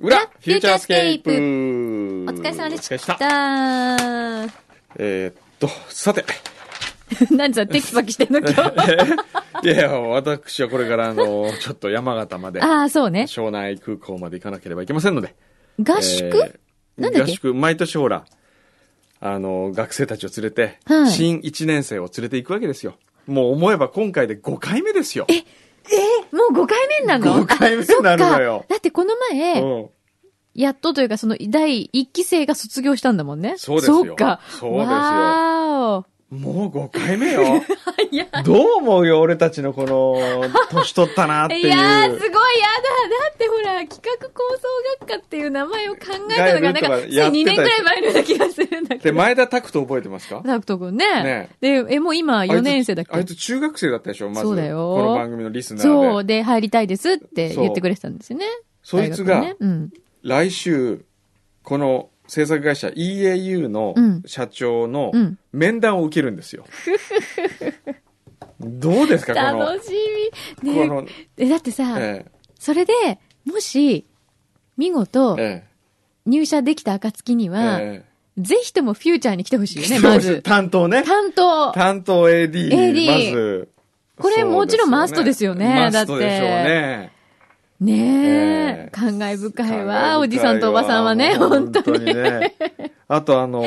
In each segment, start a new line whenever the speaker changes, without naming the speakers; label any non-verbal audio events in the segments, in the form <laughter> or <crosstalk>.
裏フューチャースケープお
お疲れ様で
疲れ
し
様
た。
でえーっと、さ
<laughs>
て、
何さ、テキパキしてんの今
<laughs>
日。
いやいや、私はこれから、あの、 <laughs> ちょっと山形まで、
ああ、そうね。
庄内空港まで行かなければいけませんので。
合宿、
えー
なんだっけ
合宿、毎年ほら、あの、学生たちを連れて、
はい
新1年生を連れて行くわけですよ。もう思えば今回で5回目ですよ。
もう5回目になるの
5回目になるのよ
あそっかだってこの前、
うん
やっとというか、その第1期生が卒業したんだもんね。
そうですよ
そっか。
そうですよ
わ
もう5回目
<laughs>
よ。
ーお。いや、
どう思うよ、俺たちのこの、年取ったなって
い
いう。
やー、すごいやだ。だってほら、企画構想学科っていう名前を考えたのが、なん
外部
か、つい
とかやってたでしょ
2年くらい前のような気がするんだけ
で、
ど。
前田拓人覚えてますか
ダクト君ね
ね
で、え、もう今4年生だっけ
あいつあいつ中学生だったでしょまず。
そうだよ
この番組のリスナ
そ
ー
う、
で。
で、入りたいですって言ってくれてたんですよね。
そいつ
大
が、
学ねうん。
来週、この制作会社 EAU の
うん
社長の
うん
面談を受けるんですよ。どうですかこの、
楽しみ。ね
この、
え、だってさ、
え
それで、もし、見事
え、、え
入社できた暁に
え、
は、
え
ぜひともフューチャーに来てほしい
え
よね、ま
<laughs>
ず。
担当ね。
担当。
担当 AD、
AD
まず。
これ
そうですよね
もちろんマストですよね
マストでしょうね。
ねえ
え、
感慨深い
考え深い
わ、おじさんとおばさんはね、
もう
本当に。
ね。 <laughs> あとあの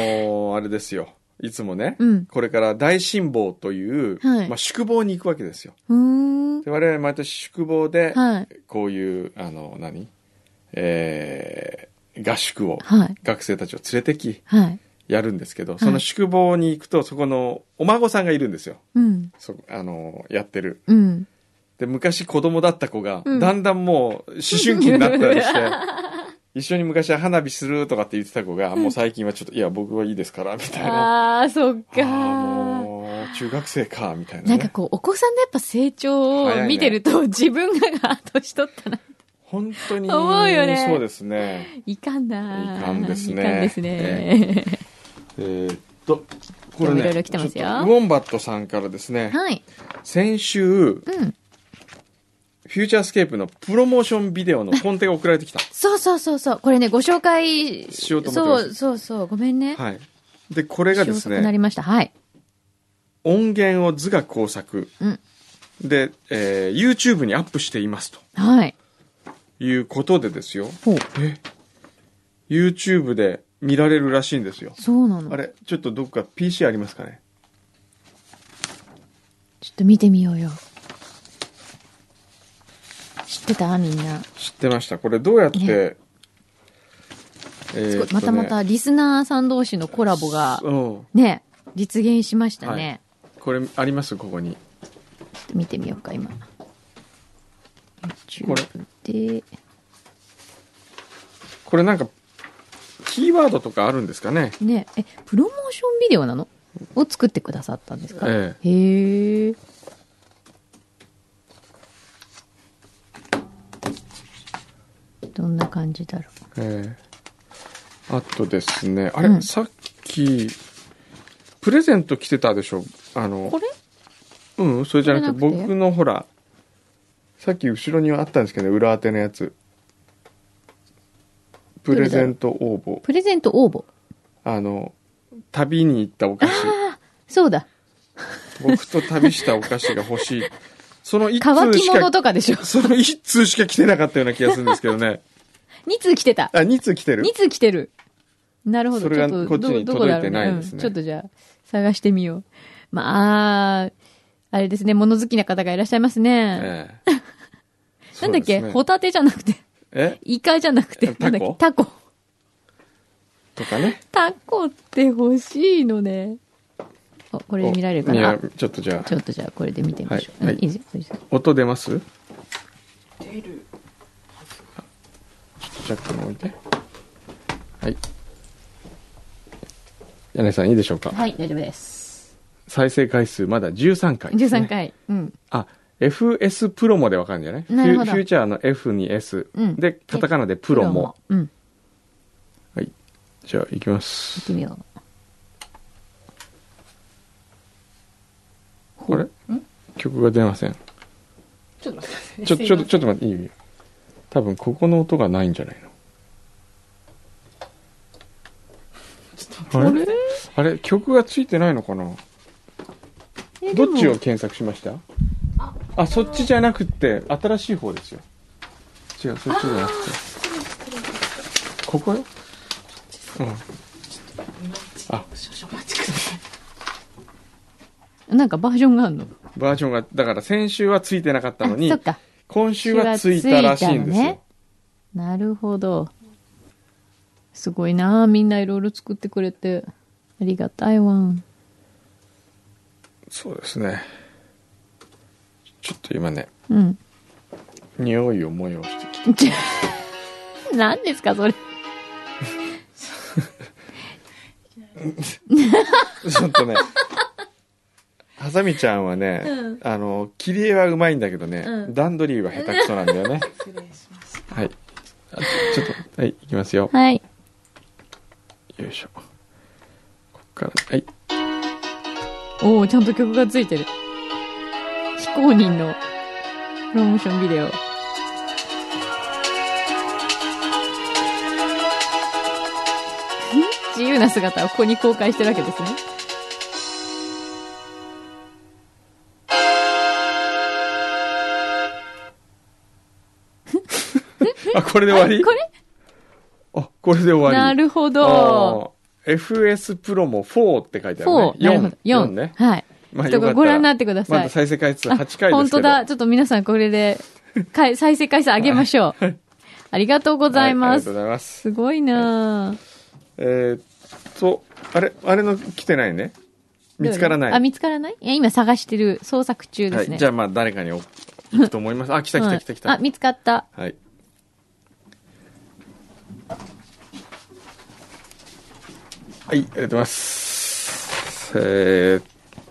ーあれですよ。いつもね、
うん
これから大辛抱という、
はい
まあ、宿坊に行くわけですよ。
うーん。
で我々毎年宿坊で、
はい。
こういう、あの、何えー合宿を
はい。
学生たちを連れてき、
はい。
やるんですけど、
い
その宿坊に行くと、そこのお孫さんがいるんですよ。
うん。
そこあのーやってる。
うん。
で、昔子供だった子が、
うん
だんだんもう思春期になったり
<laughs>
して、一緒に昔は花火するとかって言ってた子が、もう最近はちょっと、いや、僕はいいですから、みたいな。
あー、そっ
あー
か。
もう、中学生か、みたいな、
な
ね。
んかこう、お子さんのやっぱ成長
早い
を
ね
見てると、自分が、あ、年取ったな。
本当に、
思うよね
そうですね。
いかんな。
いかんですね
いかんですね。
えーっと、これ
でも
ね、
いろいろ来てますよ
ちょっとウォンバットさんからですね、
はい。
先週、
うん。
フューチャースケープのプロモーションビデオのコンテが送られてきた。
そうそうそうそう。これね、ご紹介
しようと思ってます
そうそうそう。ごめんね。
はい。で、これがです
少なくな
ね、
りました。はい。
音源を図画工作。
うん
で、えー YouTube にアップしていますと。
はい。
いうことでですよ。
ほう。
え ?YouTube で見られるらしいんですよ。
そうなの。
あれ、ちょっとどっか PC ありますかね
ちょっと見てみようよ。知ってたみんな。
知ってました。これどうやって、
ね
え
す
ー
ご
っとね
いまたまたリスナーさん同士のコラボが、
うん。
ね、実現しました
はい
ね。
これありますここに。
ちょっと見てみようか、今。
これ
YouTube で、
これなんか、キーワードとかあるんですかね
ね、え、プロモーションビデオなのを作ってくださったんですか、
え
へえ。どんな感じだろ
えええあとですね、あれ、
うん
さっき、プレゼント来てたでしょあの
う。、これ
うん、それじゃなくて
これなくて
僕のほら、さっき後ろにはあったんですけど、ね、裏当てのやつ。プレゼント応募。
プレゼント応募。
あの、旅に行ったお菓子。
そうだ。
僕と旅したお菓子が欲しい。その一
乾
通
き
しか
物、とかでしょ。 <laughs>
その一通しか来てなかったような気がするんですけどね。
2通来てた。
あ、二通来てる
2通来てる。なるほど。
それが
ちょっと
こっちに
どどこだろ
届い
う
てないですね
うんちょっとじゃあ、探してみよう。まあ、あれですね、物好きな方がいらっしゃいますね。
ええ
なんだっ
そ
け、
うですね
ホタテじゃなくて、 <laughs>
え
イカじゃなくて、
タコ
なんだっけタコ。
とかね。
タコって欲しいのね。おこれで見られるか
い
な
や
あ
ちょっとじゃ
ち
あ
ょっとじゃあこれで見てみましょう。
はい
うんいいですよいいですよ
音出ます
出る
ジャックも置いてはい柳井さんいいでしょうか、
はい、大丈夫です。
再生回数まだ13回ですね、
13回。うん。
あ FS プロもでわかるんじゃない
なるほ
フュ
ど
ーフューチャーの F に S、
うん
でカタカナでプロも。
うん。行
はいじゃあいきま
っ
す
てみよう。
あれ曲が出ません
ちょっと待ってくださいね。
ちょ、
すい
ちょっ
ま
と、ちょっと待って、いいよいいよ。多分、ここの音がないんじゃないのあれあれ曲がついてないのかなどっちを検索しましたあ、そっちじゃなくって、新しい方ですよ。違う、そっちじゃなくて。ここようん。
せん
あ
少々お待ちください。
なんかバージョンがあるの
バージョンが、だから先週はついてなかったの
あ
に
そっ、か。
今週はついたらしいんですよ。
なるほど。すごいなあみんないろいろ作ってくれて。ありがたいわん。
そうですね。ちょっと今ね、
うん。 <laughs>
匂いを催してきて
ちょ何ですか、それ。
ちょっと
<laughs>
ねハサミちゃんはね、あの切り絵はうまいんだけどね、
うん
段取りは下手くそなんだ
<laughs>
よね
失礼しました。
はいあちょちょっとはいいきますよ
はい。
よいしょこっからはい
おおちゃんと曲がついてる。非公認のプロモーションビデオ。 <laughs> 自由な姿をここに公開してるわけですね。
あこれで終わり
<laughs> これ
あこれで終わり
なるほど。
あー FS プロも4って書いてあるね
4。なるほど。
4
4。
ね、
はい。
まあ
ちょっとご覧になってください
まだ再生回数8回ですけど
本当だ。ちょっと皆さんこれで、かい再生回数上げましょう。ありがとうござい
はあ
ま
りがとう
す。
ございます
すごいなあ
えー、っとあれあれの来てないね見つからない
あ、見つからないいや、今探してる。捜索中です
は
ね。
い、じゃあまあ誰かにお行くと思います。あ、来た来た来た来た。
はいあ、見つかった。
はい。はい、ありがとうございます。えー、っ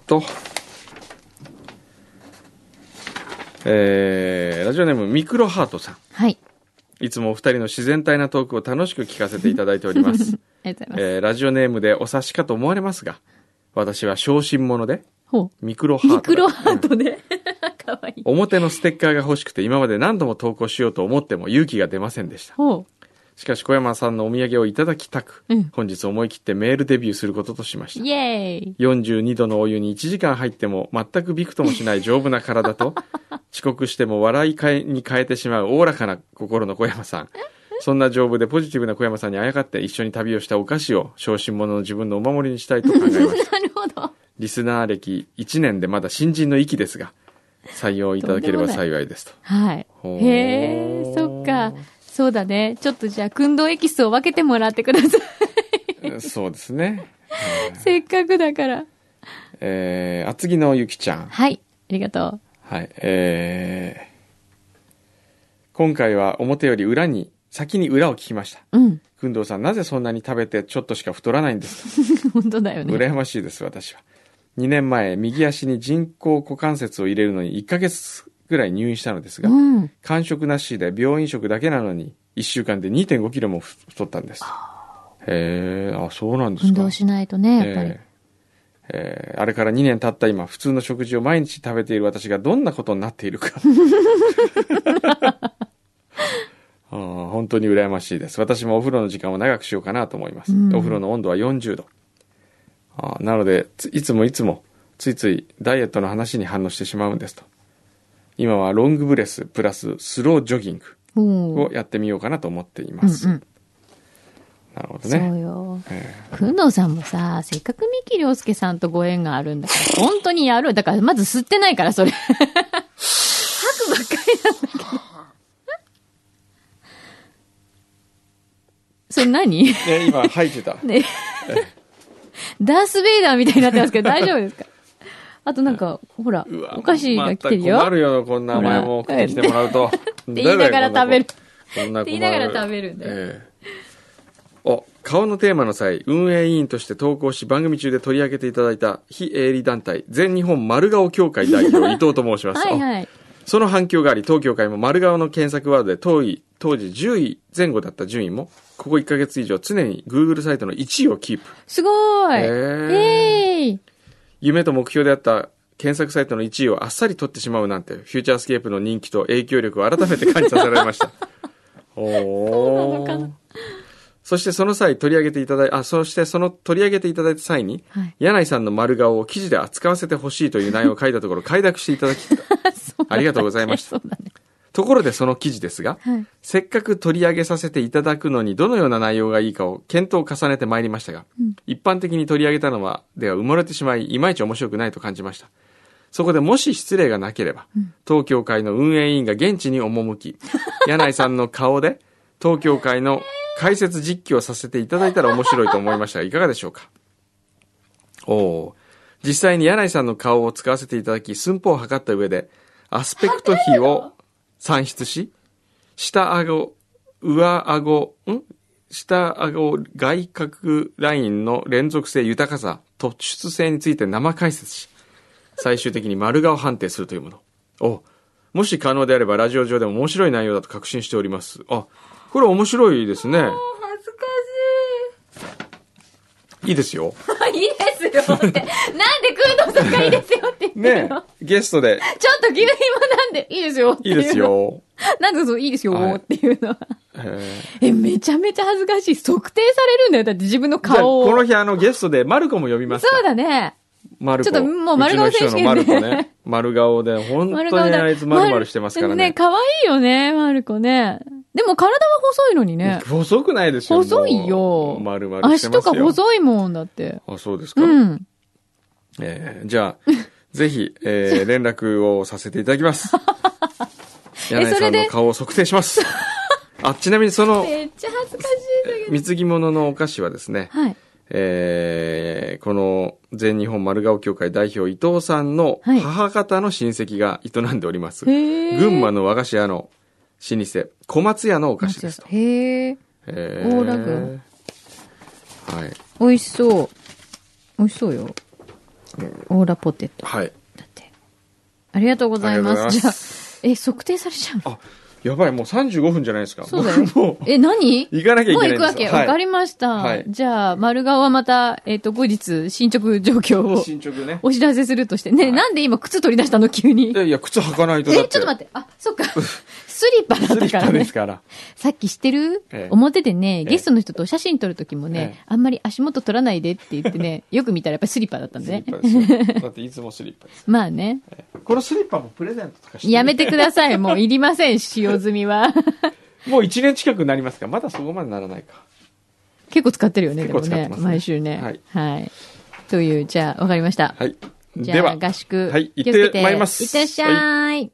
と。えー、ラジオネームミクロハートさん。
はい。
いつもお二人の自然体なトークを楽しく聞かせていただいております。
ありがとう <laughs> ございます。
えー、ラジオネームでお察しかと思われますが、私は小心者で、
ほ
ミクロハ
う。
ートだ。
ミクロハートで。 <laughs> かわいい。
表のステッカーが欲しくて今まで何度も投稿しようと思っても勇気が出ませんでした。
ほ
しかし小山さんのお土産をいただきたく、
うん
本日思い切ってメールデビューすることとしま
う。
し
イ
た。
ェーイ。
42度のお湯に1時間入っても全くびくともしない丈夫な体
<laughs>
と、遅刻しても笑いかえに変えてしまうおおらかな心の小山さん。そんな丈夫でポジティブな小山さんにあやかって一緒に旅をしたお菓子を小心者の自分のお守りにしたいと考えました。
なるほど。
リスナー歴1年でまだ新人の域ですが、採用いただければ幸いですと。
はい。
ほう
へえ、そっか。そうだね。ちょっとじゃあ、訓導エキスを分けてもらってくださ
<laughs>
い。
そうですね。
せっかくだから。
えー、厚木のゆきちゃん。
はい。ありがとう。
はい。えー、今回は表より裏に、先に裏を聞きました。
うん。 <laughs>
くんどうさん、なぜそんなに食べてちょっとしか太らないんですか
本当だよね。
羨ましいです、私は。2年前、右足に人工股関節を入れるのに1ヶ月ぐらい入院したのですが
う、ん。
間食なしで病院食だけなのに、1週間で2.5キロも太ったんです。へえ、あ、そうなんです
運
か。
動しないとね、やっぱ
え
り。
ーえーあれから2年経った今、普通の食事を毎日食べている私がどんなことになっている
<laughs>
か。あー本当に羨ましいです。私もお風呂の時間を長くしようかなと思います。
うん
お風呂の温度は40度。あーなのでついつもいつも、ついついダイエットの話に反応してしまうんですと。今はロングブレスプラススロージョギング
お
をやってみようかなと思ってい
うんう
ます。
ん。
なるほど
そ
ね。
うよ。
え
くんどうさんもさ、せっかく三木亮介さんとご縁があるんだから、本当にやる。だから、まず吸ってないから、それ。吐くばっかりなんだけど。
<laughs>
それ何
ーで今、吐いてた。
ね。ダース・ベイダーみたいになってますけど、大丈夫
<laughs>
ですかあとなんか、ほら、お菓子が来てるよ。
また困るよ、こんな甘いもん送ってきてもらう
<laughs>
と。
て言いながら食べる
誰だよ。こんな子こんな子
って言いながら食べるんだよ
ええお、顔のテーマの際、運営委員として投稿し、番組中で取り上げていただいた、非営利団体、全日本丸顔協会
<laughs>
代表、伊藤と申します。
はいはい。
その反響があり、当協会も丸顔の検索ワードで当位、当時10位前後だった順位も、ここ1ヶ月以上常に Google サイトの1位をキープ。
すごーい。
へー
えー、
夢と目標であった検索サイトの1位をあっさり取ってしまうなんて、フューチャースケープの人気と影響力を改めて感じさせられました。お
そうなのか
ー
な
そしてその際取り上げていただい、あ、そしてその取り上げていただいた際に、
はい
柳井さんの丸顔を記事で扱わせてほしいという内容を書いたところ、快諾していただき、 <laughs> ありがとうございました。
<laughs> そうだね。
ところでその記事ですが、
はい。
せっかく取り上げさせていただくのにどのような内容がいいかを検討を重ねてまいりましたが、一般的に取り上げたのは、では埋もれてしまい、いまいち面白くないと感じました。そこでもし失礼がなければ、東京会の運営委員が現地に赴き、柳井さんの顔で、東京会の解説実況をさせていただいたら面白いと思いましたが、いかがでしょうかおおー実際に柳井さんの顔を使わせていただき、寸法を測った上で、アスペクト比を算出し、下顎、上顎、ん下顎外角ラインの連続性豊かさ、突出性について生解説し、最終的に丸顔判定するというもの。おもし可能であればラジオ上でも面白い内容だと確信しております。あ、これ面白いですね。
恥ず
いいですよ。
<laughs> かしい。いいですよって。なんでくんどうさんがいいですよって言ってる
ね
の、
えゲストで、
ちょっと君もなんで、いいですよって
いい
い
う
の。
です。よ。
なんでそう、いいです
はい
よっていうのは。
えー
え、めちゃめちゃ恥ずかしい。測定されるんだよ。だって自分の
じゃあ
顔を。
この日あのゲストでマルコも呼びますか
そうだね。
マルコ。
ちょっともう丸顔選手権ね
うちの秘書のマルコね。丸顔で、本
丸
当
顔
に
だ
あいつ丸々してますからね。
可愛いよね、マルコね。でも体は細いのにね。
細くないですよ
細い
も
よ
う。丸々して
足
ま
と
すよ
か細いもんだって。
あ、そうですか。
うん。
えーじ
<laughs>
ゃあ、ぜひ、えー連絡をさせていただき
<laughs>
ます。柳井
そ
さ
れ
んの
で
顔を測定し
<laughs>
ます。あ、ちなみにその、
めっちゃ恥ずかしいんだけど。
貢ぎ物のお菓子はですね、
はい。
えーこの全日本丸顔協会代表伊藤さんの
はい
母方の親戚が営んでおります、
へー
群馬の和菓子屋の老舗小松屋のお菓子ですと
へえ。
え
大田区
はい
美味しそう。美味しそうよ。オーラポテト。
はい
だって。ありがとうござ
あ
いま
りがとうござい
す。
ま
じゃあ、え、測定されちゃうの
あやばいもう35分じゃないですか
そうだよ
僕もう
え、何
行かなきゃい
もう
けない
行
ん
く
で
わ
す
け。
よ
わ、か
はい
りました。
はい
じゃあ、丸顔はまた、えっ、と、後日、進捗状況を
進捗ね
お知らせするとして。ね、
はい
なんで今靴取り出したの急に
い。やいや靴履かないと
え、ち
だ
ょ
っ
ってと待って。あ、そ
<laughs>
っか。スリッパだ
ス
っ
リ
た
ッ
か
パ
ら
で
ね
す。から
さっき知ってる、
ええ
表でね、
ええ
ゲストの人とお写真撮るときもね、
ええ
あんまり足元取らないでって言ってね、よく見たらやっぱりスリッパだったん
ス
で
リッ。パ
ね
ですよ <laughs> だっていつもスリッパです
まあね。
このスリッパもプレゼントとかして
やめてく
<laughs>
ださい。もういりません、使用済みは。
もう1年近くなりますからまだそこまでならないか
結構使ってるよね、でも
結構使っ
ね
て。ますね
毎週ね。
はい
という、じゃあ、わかりました。
はい
じゃ
で
あ、
は
合宿。
はい
気をつけ
行ってまいります
いってらっしゃい。